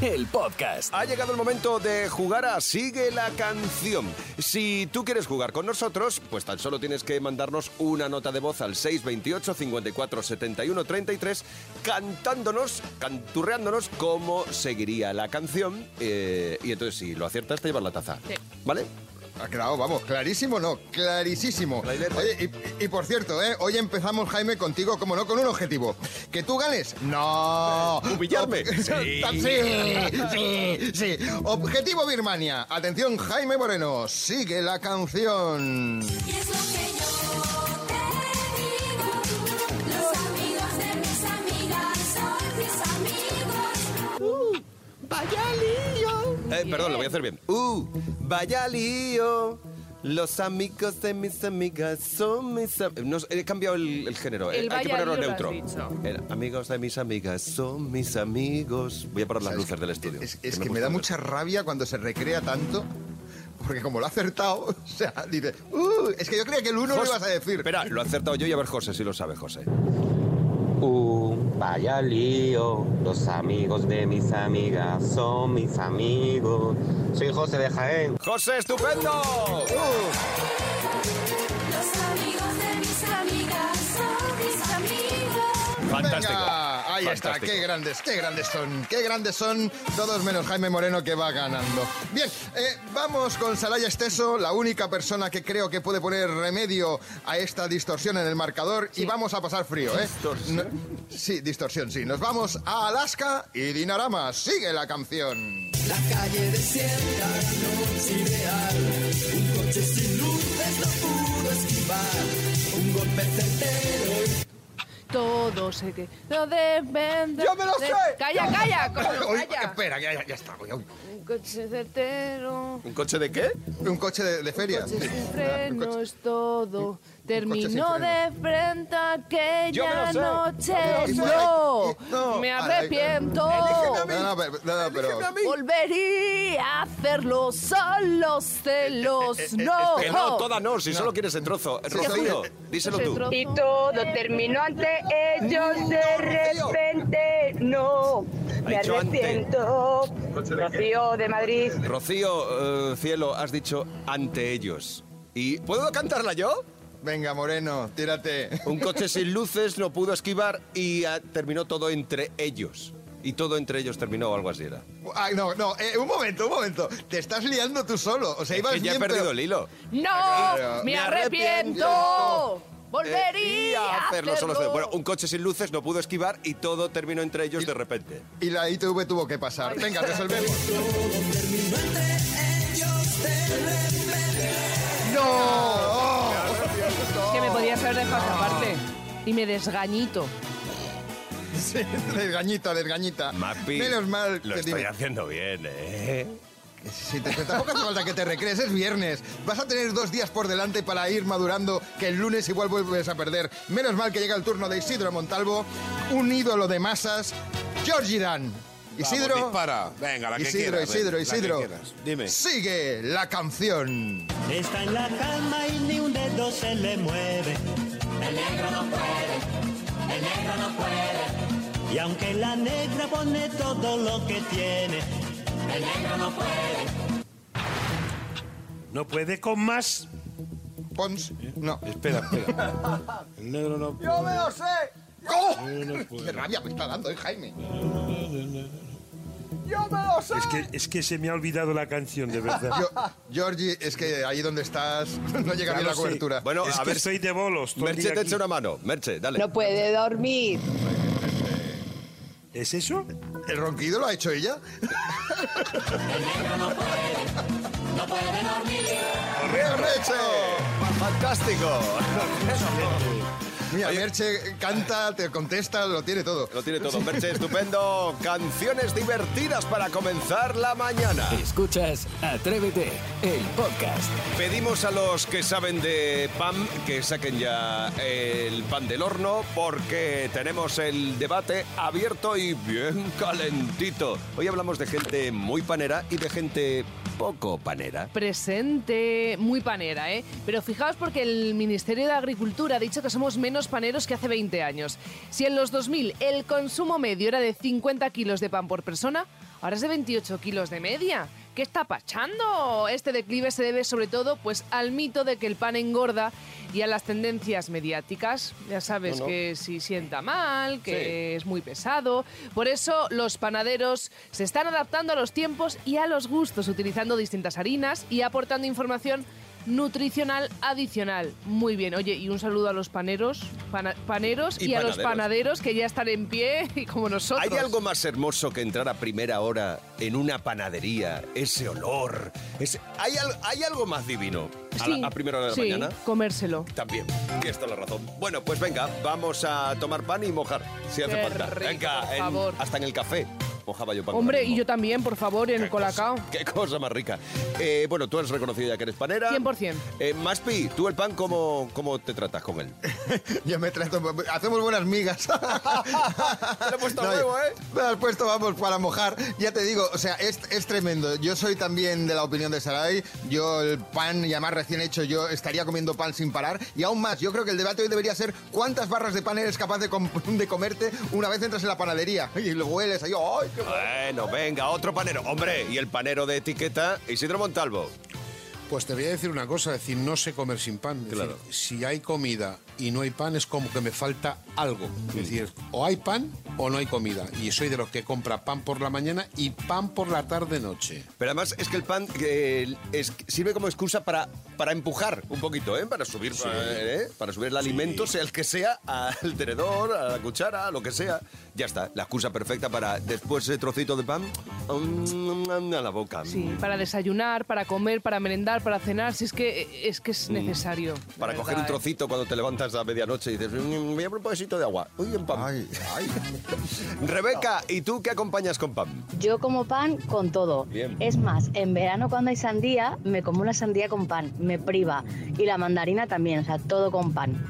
el podcast. Ha llegado el momento de jugar a Sigue la canción. Si tú quieres jugar con nosotros, pues tan solo tienes que mandarnos una nota de voz al 628 54 71 33 cantándonos, canturreándonos cómo seguiría la canción. eh, y entonces, si lo aciertas, te llevas la taza. Sí. ¿Vale? Ha quedado, vamos, clarísimo, no, clarísimo. Clarinete. Oye, y, y por cierto, ¿eh? hoy empezamos, Jaime, contigo, como no, con un objetivo. ¿Que tú ganes? ¡No! ¿Humillarme? Sí, sí, sí. Objetivo Birmania. Atención, Jaime Moreno, sigue la canción. Y es lo que yo te digo, los amigos de mis amigas son mis amigos. Eh, perdón, lo voy a hacer bien. Uh, vaya lío. Los amigos de mis amigas son mis amigos. he cambiado el, el género. eh, El Hay que vaya ponerlo lío lo neutro. has dicho. Era, amigos de mis amigas son mis amigos. Voy a parar las ¿Sabes luces que- del estudio. Es, es que me, da gusta. mucha rabia cuando se recrea tanto. Porque como lo ha acertado, o sea, dice, "Uh, es que yo creía que el uno lo Jos- ibas a decir. Espera, lo he acertado yo y a ver José si lo sabe, José. Uh, vaya lío, los amigos de mis amigas son mis amigos. Soy José de Jaén. ¡José, estupendo! ¡Oh! Los amigos de mis amigas son mis amigos. Fantástico. Venga, ahí Fantástico. está, qué grandes, qué grandes son, qué grandes son, todos menos Jaime Moreno que va ganando. Bien, eh, vamos con Salaya Esteso, la única persona que creo que puede poner remedio a esta distorsión en el marcador y vamos a pasar frío, ¿eh? No- sí, distorsión, sí. Nos vamos a Alaska y Dinarama, sigue la canción. Todo sé que. No depende. ¡Yo me lo de- sé! Calla, calla, coño, Uy, calla. espera, ya, ya- ya está. uy, uy. Un coche certero. ¿Un coche de qué? Un coche de, de feria. Coche sin Un coche- freno es todo. Terminó freno. de frente Yo me lo aquella sé. noche. Y por No, ahí- y- no. me Ahora, arrepiento. No, no, pero- no, no, pero- Volvería a hacerlo solo, celos. no. Que no, toda no, si solo quieres el trozo. Rocío, díselo Ese tú. trozo. Y todo terminó ante ellos de repente. No, Ha me dicho ante. arrepiento. Rocío de Madrid. Rocío, eh, cielo, has dicho ante ellos. ¿Y puedo cantarla yo? Venga, Moreno, tírate. Un coche sin luces no pudo esquivar y ah, terminó todo entre ellos. Y todo entre ellos terminó o algo así era. Ay, no, no, eh, un momento, un momento. Te estás liando tú solo. O sea, ibas Que ya he bien, perdido pero- el hilo. No, Claro. me Me arrepiento. arrepiento. Eh, Volvería a hacerlo. solo celos. Bueno, un coche sin luces no pudo esquivar y todo terminó entre ellos de repente. Y la ITV tuvo que pasar. Venga, resolvemos. ¡No! Que me podías haber dejado aparte. Y me desgañito. Sí, desgañita, desgañita. Mapi, Menos mal lo que estoy dime- haciendo bien, ¿eh? Sí, te- te- tampoco hace falta que te recrees, es viernes. Vas a tener dos días por delante para ir madurando, que el lunes igual vuelves a perder. Menos mal que llega el turno de Isidro Montalvo, un ídolo de masas, Georgie Dan. Isidro. Vamos, dispara. Venga, la que Isidro, quieras, venga, Isidro, la Isidro. que quieras. Dime. Sigue la canción. Está en la cama y ni un dedo se le mueve. El negro no puede, el negro no puede. Y aunque la negra pone todo lo que tiene. No puede con más. Pons. No. Espera, espera. El negro no puede. ¡No me lo sé! no puede. ¡Qué rabia me está dando, eh, Jaime! Es que, es que se me ha olvidado la canción, de verdad. Yo- Georgie, es que ahí donde estás no llega Ya bien lo la sé. cobertura. Bueno, es a que ver- soy de bolos. todo el Merche, día te aquí. echa una mano. Merche, dale. No puede dormir. ¿Es eso? ¿El ronquido lo ha hecho ella? ¡Bien, Merche! ¡Fantástico! Mira, Oye. Merche canta, te contesta, lo tiene todo. Lo tiene todo, Merche, estupendo. Canciones divertidas para comenzar la mañana. Escuchas Atrévete, el podcast. Pedimos a los que saben de pan que saquen ya el pan del horno porque tenemos el debate abierto y bien calentito. Hoy hablamos de gente muy panera y de gente poco panera. presente, muy panera, ¿eh? Pero fijaos porque el Ministerio de Agricultura ha dicho que somos menos paneros que hace 20 años. Si en los 2000 el consumo medio era de 50 kilos de pan por persona, ahora es de 28 kilos de media. ¿Qué está pachando? Este declive se debe sobre todo pues al mito de que el pan engorda y a las tendencias mediáticas. Ya sabes No, no. que si sienta mal, que es muy pesado. Por eso los panaderos se están adaptando a los tiempos y a los gustos, utilizando distintas harinas y aportando información nutricional adicional. Muy bien, oye, y un saludo a los paneros, pana- paneros Y y, a los panaderos. panaderos que ya están en pie y como nosotros. ¿Hay algo más hermoso que entrar a primera hora en una panadería? Ese olor. ese- ¿Hay, al- ¿Hay algo más divino a, la- Sí, a primera hora de la sí, mañana? comérselo. También, tienes toda la razón. Bueno, pues venga, vamos a tomar pan y mojar, si hace Qué falta. rico, venga, por en- favor. hasta en el café mojaba yo pan. con Hombre, ánimo. y yo también, por favor, en el colacao. Qué cosa más rica. Eh, bueno, tú has reconocido ya que eres panera. 100%. Eh, Maspi, tú el pan, ¿cómo, cómo te tratas con él? Yo me trato. Hacemos buenas migas. le he puesto huevo, ¿eh? Me has puesto, vamos, para mojar. Ya te digo, o sea, es, es tremendo. Yo soy también de la opinión de Sarai. Yo el pan, y además recién hecho, yo estaría comiendo pan sin parar. Y aún más, yo creo que el debate hoy debería ser cuántas barras de pan eres capaz de, com- de comerte una vez entras en la panadería. Y lo hueles ahí, ¡ay, qué Bueno, venga, otro panero. Hombre, y el panero de etiqueta, Isidro Montalvo. Pues te voy a decir una cosa, es decir, no sé comer sin pan. Es Claro. decir, si hay comida y no hay pan, es como que me falta algo. Es decir, o hay pan o no hay comida. Y soy de los que compra pan por la mañana y pan por la tarde-noche. Pero además es que el pan eh, es- sirve como excusa para, para empujar un poquito, ¿eh? Para subir, eh, para subir el alimento, sea el que sea, al tenedor, a la cuchara, a lo que sea. Ya está, la excusa perfecta para después ese trocito de pan mm, a la boca. Sí, para desayunar, para comer, para merendar, para cenar, si es que es, que es necesario. de Mm. Para coger un verdad, ¿eh? trocito cuando te levantas a medianoche y dices, "Mm, voy a por un pedacito de agua. Uy, en pan. Ay, ay. Rebeca, ¿y tú qué acompañas con pan? Yo como pan con todo. Bien. Es más, en verano cuando hay sandía, me como una sandía con pan, me priva. Y la mandarina también, o sea, todo con pan.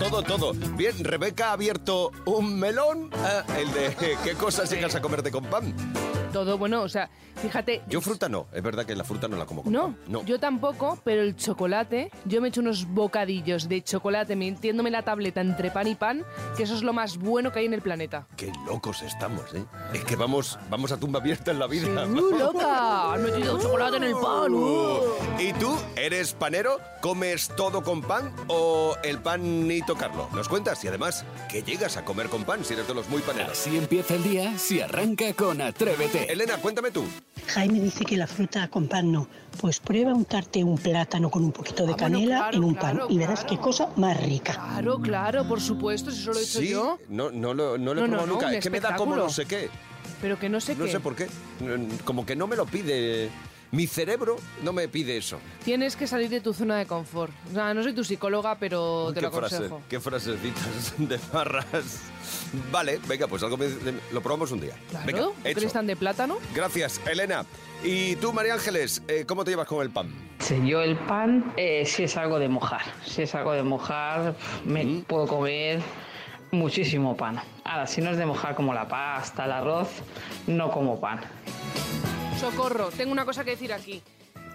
Todo, todo, todo. Bien, Rebeca ha abierto un melón, ah, el de eh, qué cosas llegas a comerte con pan. Todo, bueno, o sea, fíjate, Yo fruta no, es verdad que la fruta no la como con No, pan. No, yo tampoco, pero el chocolate, yo me echo unos bocadillos de chocolate metiéndome la tableta entre pan y pan, que eso es lo más bueno que hay en el planeta. Qué locos estamos, ¿eh? Es que vamos, vamos a tumba abierta en la vida. ¡Uh, loca! ¡Has metido chocolate en el pan! uh. ¿Y tú eres panero? ¿Comes todo con pan o el pan ni tocarlo? ¿Nos cuentas? Y además, ¿qué llegas a comer con pan si eres de los muy paneros? Así empieza el día si arranca con Atrévete. Elena, cuéntame tú. Jaime dice que la fruta con pan no. Pues prueba untarte un plátano con un poquito de Ah, bueno, canela claro, en un claro, pan y verás claro. qué cosa más rica. Claro, claro, por supuesto, si eso lo he hecho sí, yo. No, no lo, no lo he No, no, probado no, nunca. un es que me da como no espectáculo. sé qué. Pero que no sé No qué. sé por qué. Mm, Como que no me lo pide. Mi cerebro no me pide eso. Tienes que salir de tu zona de confort. O sea, no soy tu psicóloga, pero ¿Qué, te lo frase, aconsejo. qué frasecitas de barras. Vale, venga, pues algo me- lo probamos un día. Claro, venga, ¿tú hecho. eres tan de plátano? Gracias, Elena. Y tú, María Ángeles, eh, ¿cómo te llevas con el pan? Sí, yo el pan, eh, si es algo de mojar, si es algo de mojar, me puedo comer muchísimo pan. Ahora, si no es de mojar como la pasta, el arroz, no como pan. Socorro, tengo una cosa que decir aquí.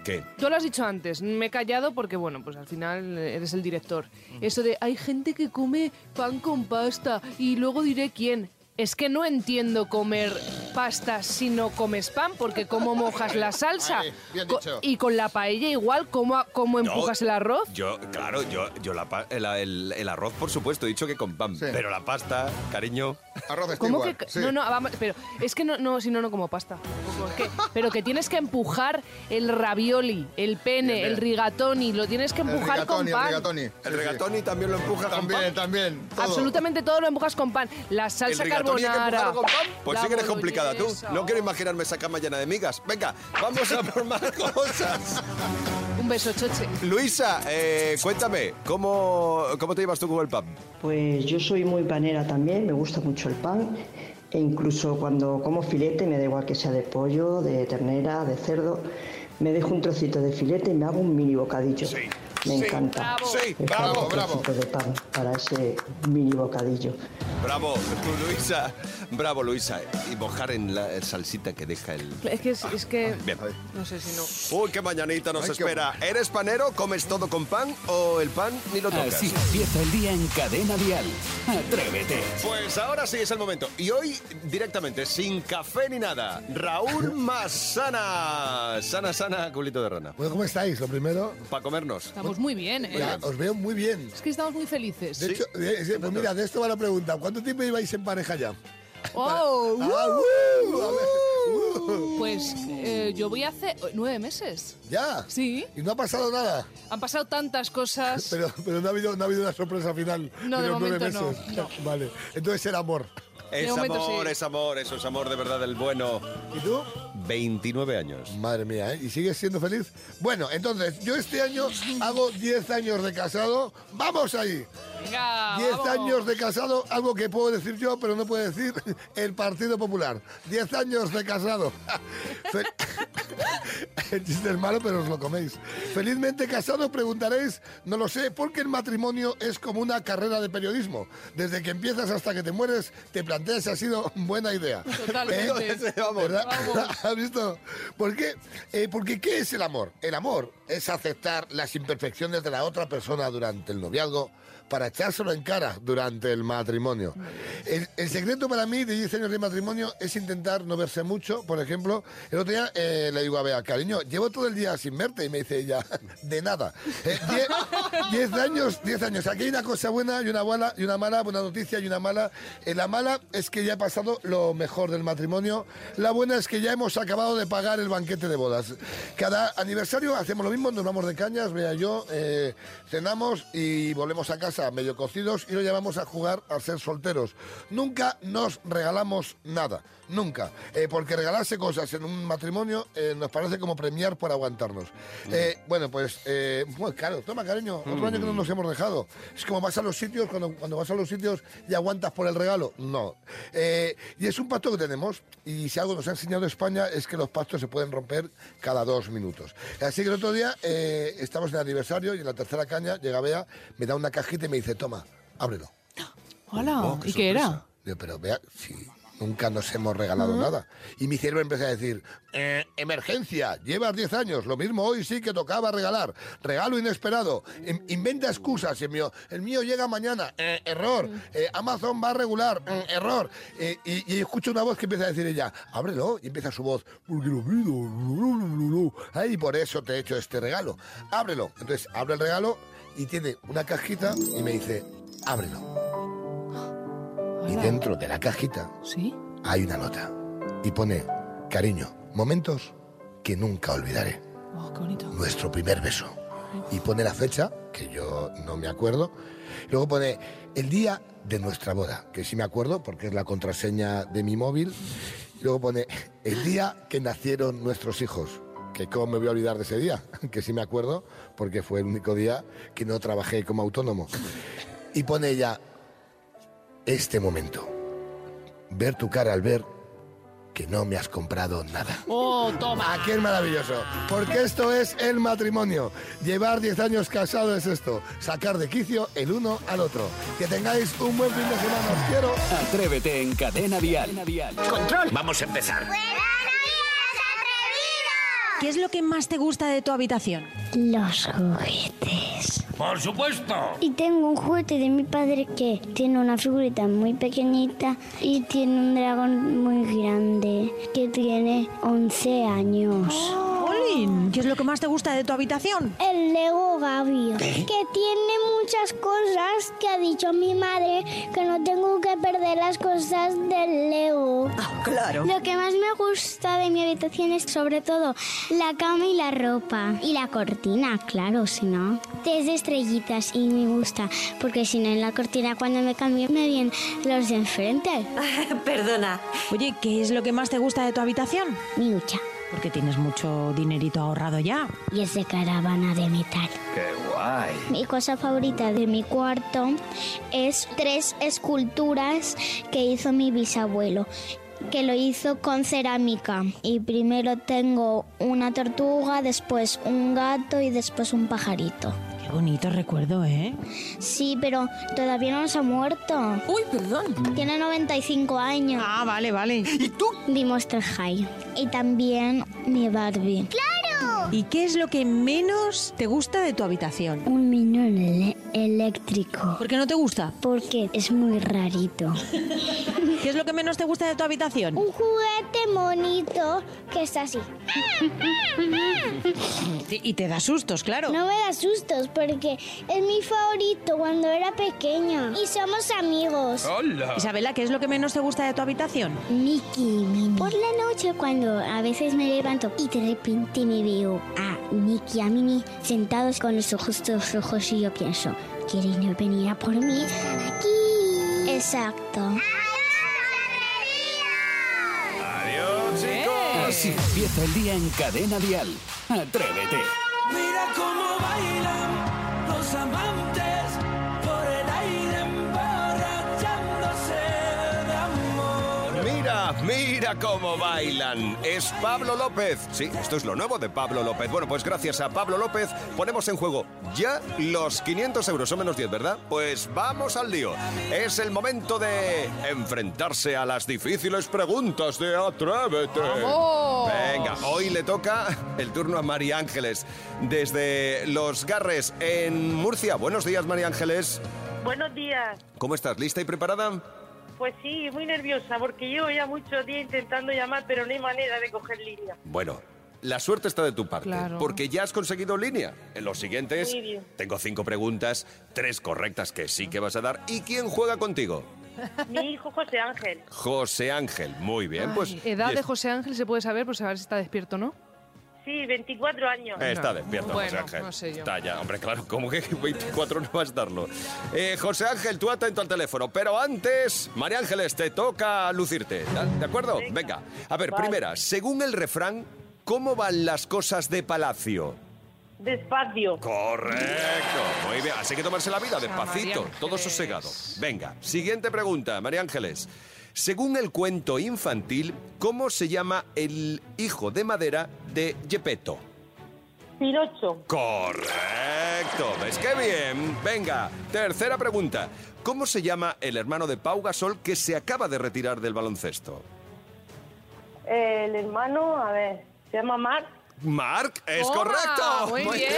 ¿Qué? Tú lo has dicho antes, me he callado porque, bueno, pues al final eres el director. Eso de hay gente que come pan con pasta y luego diré quién. Es que no entiendo comer pasta si no comes pan, porque cómo mojas la salsa. Vale, bien Co- dicho. y con la paella igual, ¿cómo, cómo No, empujas el arroz? Yo, claro, yo, yo la pa- el, el- el arroz, por supuesto, he dicho que con pan. Sí. Pero la pasta, cariño. Arroz está ¿Cómo igual, que.? sí. No, no, vamos, pero es que no, no si no, no como pasta. tampoco. Es que- pero que tienes que empujar el ravioli, el pene, el rigatoni, lo tienes que El empujar con rigatoni, el pan. rigatoni. Sí, El sí. regatoni también lo empuja con pan. También, también. todo. Absolutamente todo lo empujas con pan. La salsa el rigatoni hay que carbonara. empujarlo con pan. Pues la sí que eres complicada tú. boloñesa. No quiero imaginarme esa cama llena de migas. Venga, vamos a por más cosas. Un Un beso, choche. Luisa, eh, cuéntame, ¿cómo, ¿cómo te llevas tú con el pan? Pues yo soy muy panera también, me gusta mucho el pan. E incluso cuando como filete, me da igual que sea de pollo, de ternera, de cerdo, me dejo un trocito de filete y me hago un mini bocadillo. me sí, encanta. bravo. Sí, Dejar bravo, ese bravo. trocito de pan para ese mini bocadillo. Bravo, tú, Luisa. Bravo, Luisa. Y mojar en la salsita que deja el... Es que, es que Bien. no sé si no. Uy, qué mañanita nos Ay, qué espera. ¿Eres panero? ¿Comes todo con pan o el pan ni lo tocas? Así empieza el día en Cadena Dial. Atrévete. Pues ahora sí es el momento. Y hoy directamente, sin café ni nada, Raúl Masana. Sana, sana, culito de rana. Bueno, ¿cómo estáis? Lo primero, Para comernos. Estamos muy bien, ¿eh? mira, os veo muy bien. Es que estamos muy felices. De hecho, eh, eh, pues mira, de esto va la pregunta. ¿Cuánto tiempo lleváis en pareja ya? ¡Oh! Ah, uh, uh, a uh. Pues eh, yo voy hace nueve meses. ¿Ya? Sí. ¿Y no ha pasado nada? Han pasado tantas cosas. Pero, pero no, ha habido, no ha habido una sorpresa final. No, de los nueve momento no, meses. Vale. Entonces era amor. Es amor, es amor, eso es amor de verdad del bueno. ¿Y tú? 29 años. Madre mía, ¿eh? ¿Y sigues siendo feliz? Bueno, entonces, yo este año hago 10 años de casado. ¡Vamos ahí! Venga, 10 vamos. años de casado, algo que puedo decir yo, pero no puede decir el Partido Popular. 10 años de casado. Fe- el chiste es malo, pero os lo coméis. Felizmente casados, preguntaréis, no lo sé, porque el matrimonio es como una carrera de periodismo. Desde que empiezas hasta que te mueres, te planteas si ha sido buena idea. Totalmente. Vamos, ¿Verdad? vamos. ¿Has visto? ¿Por qué? Eh, porque ¿qué es el amor? El amor es aceptar las imperfecciones de la otra persona durante el noviazgo para echárselo en cara durante el matrimonio. El, el secreto para mí de 10 años de matrimonio es intentar no verse mucho. Por ejemplo, el otro día eh, le digo a Bea, cariño, llevo todo el día sin verte y me dice ella, de nada. Eh, die- 10 años, 10 años. Aquí hay una cosa buena y una mala, y una mala, buena noticia y una mala. Eh, la mala es que ya ha pasado lo mejor del matrimonio. La buena es que ya hemos acabado de pagar el banquete de bodas. Cada aniversario hacemos lo mismo, nos vamos de cañas, vea yo, eh, cenamos y volvemos a casa medio cocidos y lo llevamos a jugar a ser solteros. Nunca nos regalamos nada, nunca. Eh, porque regalarse cosas en un matrimonio eh, nos parece como premiar por aguantarnos. Eh, bueno, pues, eh, bueno, claro, toma cariño, otro año que no nos hemos dejado. Es como vas a los sitios, cuando, cuando vas a los sitios y aguantas por el regalo. No. Eh, y es un pacto que tenemos, y si algo nos ha enseñado España es que los pactos se pueden romper cada dos minutos. Así que el otro día eh, estamos en el aniversario y en la tercera caña llega Bea, me da una cajita y me dice, toma, ábrelo. Hola. Oh, ¿Y qué sorpresa. era? Digo, pero vea, si nunca nos hemos regalado Ujú. nada. Y mi cerebro empezó a decir, "Eh, emergencia, llevas 10 años, lo mismo hoy sí que tocaba regalar, regalo inesperado, in- inventa excusas, el mío, el mío llega mañana, Eh, error, Eh, Amazon va a regular, Mm, error. Eh, y, y escucho una voz que empieza a decir ella, ábrelo, y empieza su voz, porque lo pido, blu, blu, blu, blu. ay, por eso te he hecho este regalo, ábrelo. Entonces abre el regalo y tiene una cajita y me dice, ábrelo. Y dentro de la cajita hay una nota. Y pone, cariño, momentos que nunca olvidaré. Oh, Nuestro primer beso. Y pone la fecha, que yo no me acuerdo. Luego pone el día de nuestra boda, que sí me acuerdo porque es la contraseña de mi móvil. Y luego pone el día que nacieron nuestros hijos. Que cómo me voy a olvidar de ese día, que sí me acuerdo, porque fue el único día que no trabajé como autónomo. Y pone ella, este momento. Ver tu cara al ver que no me has comprado nada. ¡Oh, toma! Aquí es maravilloso, porque esto es el matrimonio. Llevar 10 años casado es esto, sacar de quicio el uno al otro. Que tengáis un buen fin de semana, os quiero. Atrévete en Cadena Dial. Control. Vamos a empezar. ¿Qué es lo que más te gusta de tu habitación? Los juguetes. Por supuesto. Y tengo un juguete de mi padre que tiene una figurita muy pequeñita y tiene un dragón muy grande que tiene 11 años. Olin, ¿qué es lo que más te gusta de tu habitación? El Lego Gabio, que tiene muchas cosas que ha dicho mi madre que no tengo que perder las cosas del Lego. claro. Lo que más me gusta de mi habitación es sobre todo la cama y la ropa. Y la cortina, claro, si no. Es de estrellitas y me gusta, porque si no en la cortina cuando me cambio me vienen los de enfrente. Perdona. Oye, ¿qué es lo que más te gusta de tu habitación? Mi ducha. porque tienes mucho dinerito ahorrado ya. Y es de caravana de metal. ¡Qué guay! Mi cosa favorita de mi cuarto es tres esculturas que hizo mi bisabuelo, que lo hizo con cerámica. Y primero tengo una tortuga, después un gato y después un pajarito. Qué bonito recuerdo, ¿eh? Sí, pero todavía no se ha muerto. Uy, perdón. Tiene 95 años. Ah, vale, vale. ¿Y tú? Vi Monster High. Y también mi Barbie. ¡Claro! ¿Y qué es lo que menos te gusta de tu habitación? Un minón ele- eléctrico. ¿Por qué no te gusta? Porque es muy rarito. ¿Qué es lo que menos te gusta de tu habitación? Un juguete monito que está así. Y te da sustos, claro. No me da sustos porque es mi favorito cuando era pequeña. Y somos amigos. Hola. Isabela, ¿qué es lo que menos te gusta de tu habitación? Nicky Por la noche cuando a veces me levanto y de repente me veo a Nicky y a Mini sentados con los ojos los ojos y yo pienso, ¿quieren venir a por mí? Están aquí. Exacto. Adiós, chicos. Así empieza el día en Cadena Dial. Atrévete. Mira cómo bailan los amantes por el aire emborrachándose de amor. Mira, mira cómo bailan. Es Pablo López. Sí, esto es lo nuevo de Pablo López. Bueno, pues gracias a Pablo López ponemos en juego ya los 500 euros o menos 10, ¿verdad? Pues vamos al lío. Es el momento de enfrentarse a las difíciles preguntas de Atrévete. ¡Vamos! Venga, hoy le toca el turno a María Ángeles desde Los Garres en Murcia. Buenos días, María Ángeles. Buenos días. ¿Cómo estás? ¿Lista y preparada? Pues sí, muy nerviosa porque llevo ya muchos días intentando llamar, pero no hay manera de coger línea. Bueno, la suerte está de tu parte, Claro. porque ya has conseguido línea. En los siguientes, Muy bien. tengo cinco preguntas, tres correctas que sí que vas a dar. ¿Y quién juega contigo? Mi hijo José Ángel. José Ángel. Muy bien, pues. Ay, edad y de es- José Ángel se puede saber, pues a ver si está despierto o no. Sí, 24 años. Está despierto, Bueno, José Ángel. no sé yo. Está ya, hombre, claro, como que 24 no vas a darlo. Eh, José Ángel, tú atento al teléfono, pero antes, María Ángeles, te toca lucirte, ¿da- ¿de acuerdo? Venga. A ver, Vale. primera, según el refrán, ¿cómo van las cosas de palacio? Despacio. Correcto. Muy bien. Así que tomarse la vida O sea, despacito, María todo sosegado. Venga, siguiente pregunta, María Ángeles. Según el cuento infantil, ¿cómo se llama el hijo de madera de Gepetto? Pinocho. Correcto. ¿Ves qué bien? Venga, tercera pregunta. ¿Cómo se llama el hermano de Pau Gasol que se acaba de retirar del baloncesto? El hermano, a ver, se llama Marc. Marc, es ¡Toma! correcto. Muy, bien.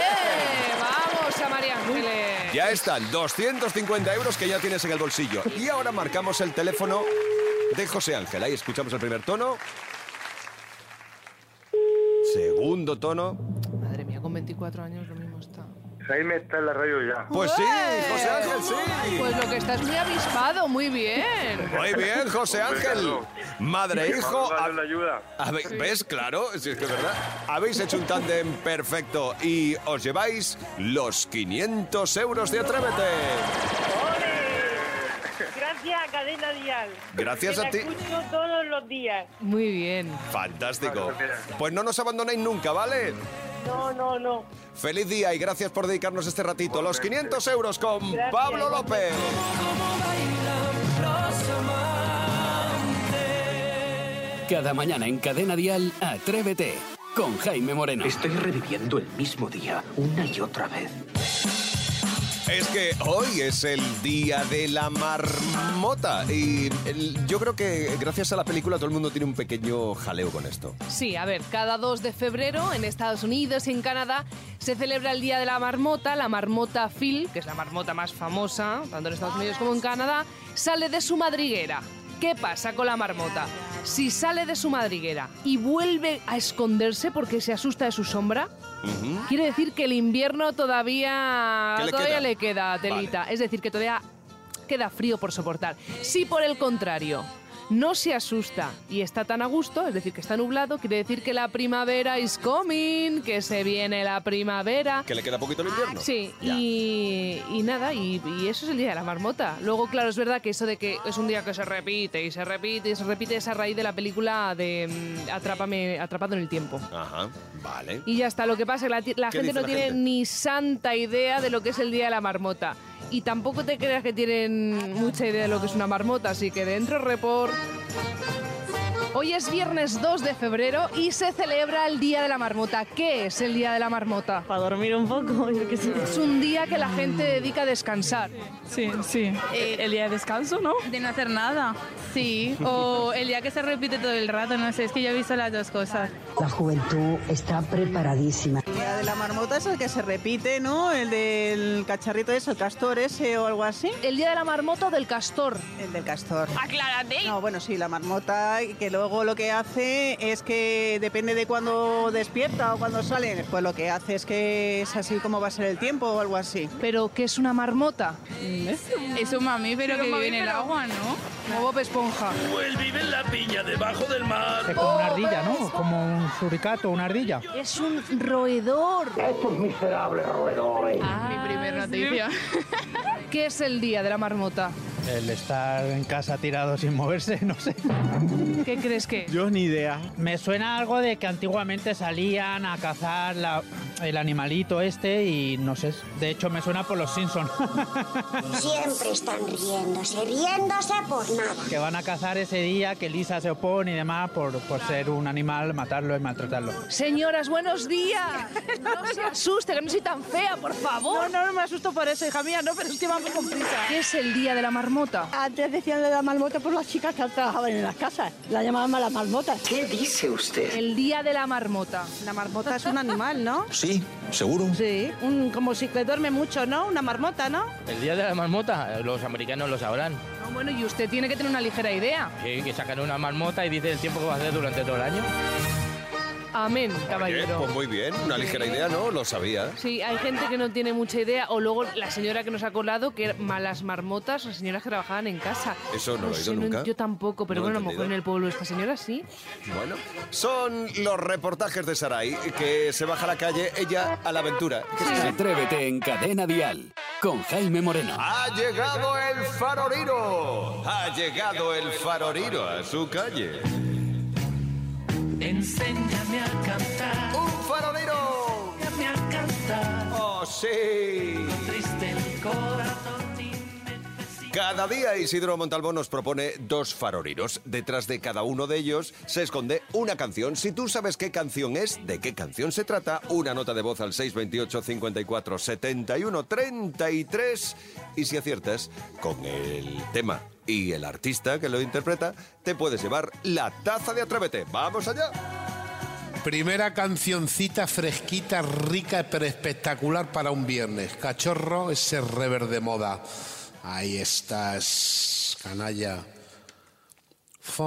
Vamos a María Ángeles. Ya están, 250 euros que ya tienes en el bolsillo. Y ahora marcamos el teléfono de José Ángel. Ahí escuchamos el primer tono. Segundo tono. Madre mía, con 24 años lo mismo está. ¡Eh! Jaime está en la radio ya. Pues sí, José Ángel, sí. Pues lo que estás muy avispado, muy bien. Muy bien, José Hombre, Ángel. claro. Madre, Vamos hijo. a a- darle ayuda. habe- ¿Ves? Claro, si es que es verdad. Habéis hecho un tándem perfecto y os lleváis los 500 euros de Atrévete. Gracias, Cadena Dial. Gracias Que a la ti. escucho todos los días. Muy bien. Fantástico. Pues no nos abandonéis nunca, ¿vale? No, no, no. Feliz día y gracias por dedicarnos este ratito. Los 500 euros con Gracias, Pablo López. igualmente. Los amantes. Cada mañana en Cadena Dial, Atrévete con Jaime Moreno. Estoy reviviendo el mismo día una y otra vez. Es que hoy es el día de la marmota y el- yo creo que gracias a la película todo el mundo tiene un pequeño jaleo con esto. Sí, a ver, cada 2 de febrero en Estados Unidos y en Canadá se celebra el Día de la Marmota. La marmota Phil, que es la marmota más famosa, tanto en Estados Unidos como en Canadá, sale de su madriguera. ¿Qué pasa con la marmota? Si sale de su madriguera y vuelve a esconderse porque se asusta de su sombra, quiere decir que el invierno todavía, ¿Qué le todavía queda? le queda telita. Es decir, que todavía queda frío por soportar. Si por el contrario no se asusta y está tan a gusto, es decir, que está nublado, quiere decir que la primavera is coming, que se viene la primavera. Que le queda poquito el invierno. Ah, Sí, y, y nada, y, y eso es el día de la marmota. Luego, claro, es verdad que eso de que es un día que se repite y se repite y se repite es a raíz de la película de mm, Atrápame, Atrapado en el Tiempo. Ajá, vale. Y ya está, lo que pasa es que la ti- la, ¿Qué gente dice no la tiene gente? ni santa idea de lo que es el Día de la Marmota. Y tampoco te creas que tienen mucha idea de lo que es una marmota, así que dentro report. Hoy es viernes 2 de febrero y se celebra el Día de la Marmota. ¿Qué es el Día de la Marmota? Para dormir un poco, Es un día que la gente dedica a descansar. Sí, sí. el día de descanso, ¿no? Eh, De no hacer nada. Sí, o el día que se repite todo el rato, no sé, es que yo he visto las dos cosas. La juventud está preparadísima. La de la marmota es el que se repite, ¿no? El del cacharrito ese, el castor ese o algo así. El día de la marmota o del castor. El del castor. Aclárate. No, bueno, sí, la marmota y que luego lo que hace es que depende de cuando despierta o cuando sale, pues lo que hace es que es así como va a ser el tiempo o algo así. Pero ¿qué es una marmota? Es un mamífero Pero que vive en el ¿eh? mamífero. agua, ¿no? Como Bob Esponja. Pues vive en la piña debajo del mar. Es como una ardilla, ¿no? Como un suricato, una ardilla. Es un roedor. Estos miserables roedores. Mi primera noticia. Ah, ¿Qué es el Día de la Marmota? El estar en casa tirado sin moverse, no sé. ¿Qué crees que? es? Yo ni idea. Me suena algo de que antiguamente salían a cazar la- el animalito este y no sé. De hecho, me suena por los Simpsons. Siempre están riéndose, riéndose por nada. que van a cazar ese día, que Lisa se opone y demás por, por ser un animal, matarlo y maltratarlo. Señoras, buenos días. No se asuste, que no soy tan fea, por favor. No, no, me asusto por eso, hija mía, no, pero es que vamos con prisa. ¿Qué es el día de la marmota? Antes decían de la marmota por las chicas que trabajaban en las casas. La llamaban las marmotas. ¿Qué dice usted? El día de la marmota. La marmota es un animal, ¿no? Sí, seguro. Sí, un, como si que duerme mucho, ¿no? Una marmota, ¿no? El día de la marmota, los americanos lo sabrán. Ah, bueno, y usted tiene que tener una ligera idea. Sí, que sacan una marmota y dice el tiempo que va a hacer durante todo el año. Amén, Oye, caballero. pues muy bien, una ligera idea, ¿no? Lo sabía. Sí, hay gente que no tiene mucha idea. O luego la señora que nos ha colado, que eran malas marmotas, las señoras que trabajaban en casa. Eso no lo he oído sé, nunca. yo tampoco, pero No lo he bueno, a lo mejor en entendido. el pueblo esta señora sí. Bueno, son los reportajes de Sarai, que se baja a la calle, ella a la aventura. ¿Qué es eso? Atrévete en Cadena Dial con Jaime Moreno. Ha llegado el faroriro. Ha llegado el faroriro a su calle. Enséñame a cantar. ¡Un farolero! Enséñame a cantar. ¡Oh, sí! Triste el corazón. Cada día Isidro Montalvo nos propone dos faroriros. Detrás de cada uno de ellos se esconde una canción. Si tú sabes qué canción es, de qué canción se trata, una nota de voz al 628 54 71 33 y si aciertas con el tema y el artista que lo interpreta, te puedes llevar la taza de Atrévete. ¡Vamos allá! Primera cancioncita fresquita, rica, pero espectacular para un viernes. Cachorro, ese rever de moda. Ahí estás, canalla.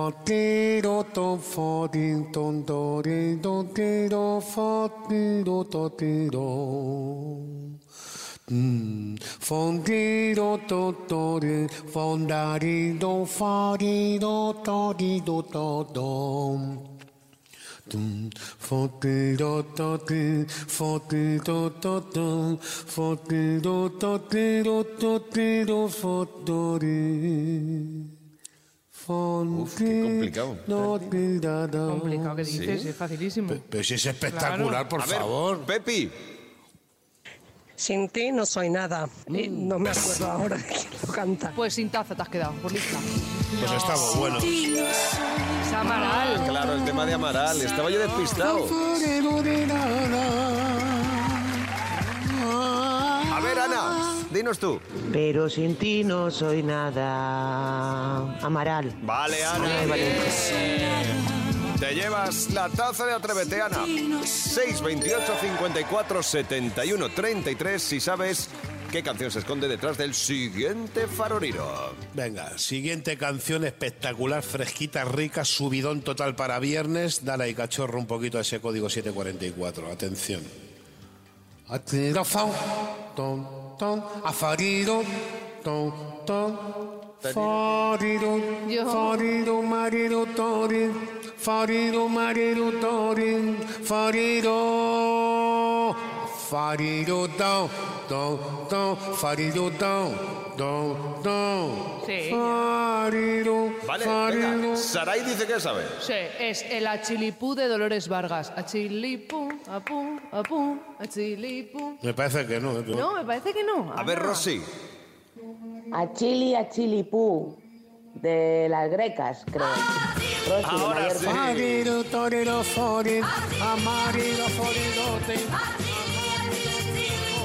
Fotiroto, fotinton, torito, tiro, fotiroto, tiro. Mm. Fondido, totori, fondarido, farido, torido, todom. Dum, fotido, toti, fotido, totum, fotido, totido, totido, fotori. Uf, qué complicado. Complicado, ¿qué dices? Sí. Es facilísimo. Pero si es Claro. espectacular, por A ver, favor. Pepi. Sin ti no soy nada. Eh, No me acuerdo ahora quién lo canta. Pues sin taza te has quedado, por lista. Pues estamos bueno. Amaral. Ah, Claro, el tema de Amaral. Estaba yo despistado. A ver, Ana, dinos tú. Pero sin ti no soy nada. Amaral. Vale, Ana. Ay, vale. Te llevas la taza de Atrévete, Ana. 628 54 71 33 si sabes qué canción se esconde detrás del siguiente faroriro. Venga, siguiente canción espectacular, fresquita, rica, subidón total para viernes. Dale ahí, cachorro, un poquito a ese código 744. Atención. Atirofao, ton, ton, afarido, ton, ton, Fariru, fariru, mariru, torin, fariru, mariru, torin, fariru, fariru, don, don, don, fariru, don, don, don, Sí. fariru, Vale, fariru. venga. Saray dice que sabe. Sí, es el achilipú de Dolores Vargas. Achilipú, apú, apú, achilipú. Me parece que no. ¿eh? Pero- No, me parece que no. A ver, Ah. Rosy. A Chili, a Chilipú. De las grecas, creo. Rosy, de Ahora Mallorca. Ah, sí. Fariru, torero, forin, Ah, amariru, forirote.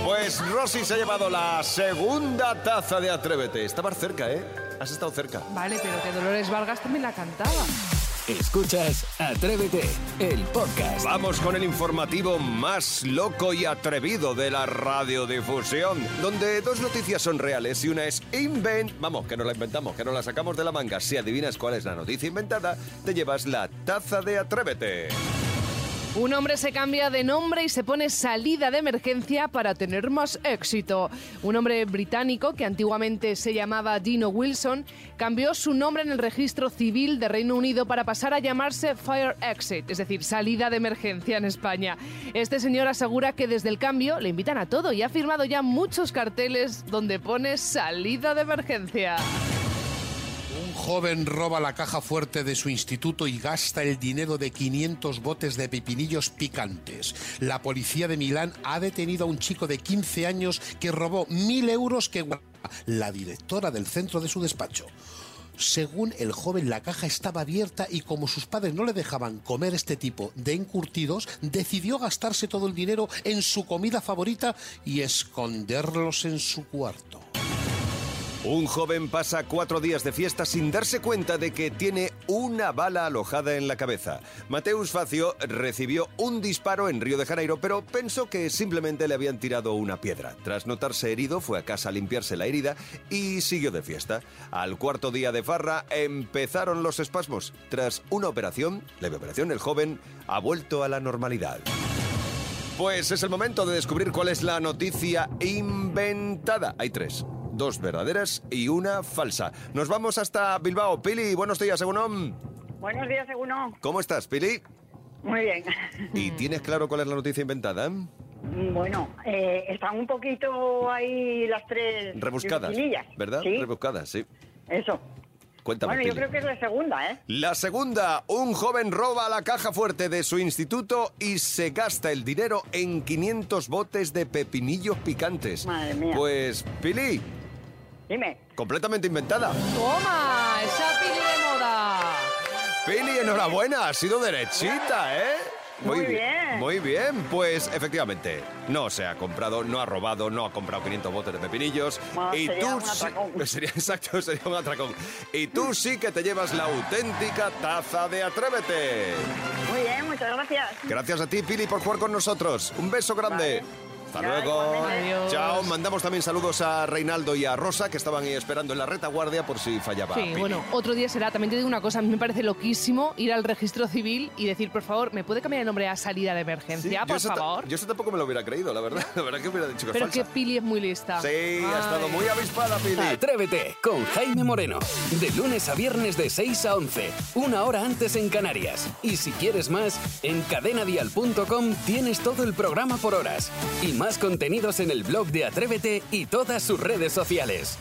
Pues Rosy se ha llevado la segunda taza de Atrévete. Estabas cerca, ¿eh? Has estado cerca. Vale, pero que Dolores Vargas también la cantaba. Escuchas Atrévete, el podcast. Vamos con el informativo más loco y atrevido de la radiodifusión, donde dos noticias son reales y una es invent... Vamos, que nos la inventamos, que nos la sacamos de la manga. Si adivinas cuál es la noticia inventada, te llevas la taza de Atrévete. Un hombre se cambia de nombre y se pone salida de emergencia para tener más éxito. Un hombre británico que antiguamente se llamaba Dino Wilson cambió su nombre en el registro civil de Reino Unido para pasar a llamarse Fire Exit, es decir, salida de emergencia en España. Este señor asegura que desde el cambio le invitan a todo y ha firmado ya muchos carteles donde pone salida de emergencia. Un joven roba la caja fuerte de su instituto y gasta el dinero de 500 botes de pepinillos picantes. La policía de Milán ha detenido a un chico de 15 años que robó 1.000 euros que guardaba la directora del centro de su despacho. Según el joven, la caja estaba abierta y como sus padres no le dejaban comer este tipo de encurtidos, decidió gastarse todo el dinero en su comida favorita y esconderlos en su cuarto. Un joven pasa cuatro días de fiesta sin darse cuenta de que tiene una bala alojada en la cabeza. Mateus Facio recibió un disparo en Río de Janeiro, pero pensó que simplemente le habían tirado una piedra. Tras notarse herido, fue a casa a limpiarse la herida y siguió de fiesta. Al cuarto día de farra empezaron los espasmos. Tras una operación, leve operación, el joven ha vuelto a la normalidad. Pues es el momento de descubrir cuál es la noticia inventada. Hay tres. Dos verdaderas y una falsa. Nos vamos hasta Bilbao. Pili, buenos días, Egunon. Buenos días, Eguno. ¿Cómo estás, Pili? Muy bien. ¿Y tienes claro cuál es la noticia inventada? Bueno, eh, están un poquito ahí las tres... Rebuscadas, dificilillas, ¿verdad? Sí, Rebuscadas, sí. eso. Cuéntame, bueno, yo Pili. creo que es la segunda, ¿eh? La segunda, un joven roba la caja fuerte de su instituto y se gasta el dinero en 500 botes de pepinillos picantes. Madre mía. Pues, Pili, Dime. completamente inventada. ¡Toma! ¡Esa pili de moda! Pili, enhorabuena, ha sido derechita, ¿eh? Muy bien. Muy bien, pues efectivamente, no se ha comprado, no ha robado, no ha comprado 500 botes de pepinillos. Bueno, y sería tú un sí- atracón. sería exacto, sería un atracón. Y tú sí que te llevas la auténtica taza de Atrévete. Muy bien, muchas gracias. Gracias a ti, Pili, por jugar con nosotros. Un beso grande. Hasta Ya, luego. igualmente. Adiós. Chao. Mandamos también saludos a Reinaldo y a Rosa, que estaban ahí esperando en la retaguardia por si fallaba. Sí, Pili. bueno, otro día será. También te digo una cosa, a mí me parece loquísimo ir al registro civil y decir, por favor, ¿me puede cambiar el nombre a salida de Sí, emergencia, yo por eso ta- favor? Yo eso tampoco me lo hubiera creído, la verdad. La verdad que hubiera dicho que es Pero falsa. que Pili es muy lista. Sí, ha estado muy avispada, Pili. Atrévete con Jaime Moreno. De lunes a viernes de 6 a 11. Una hora antes en Canarias. Y si quieres más, en cadenadial.com tienes todo el programa por horas. Y más contenidos en el blog de Atrévete y todas sus redes sociales.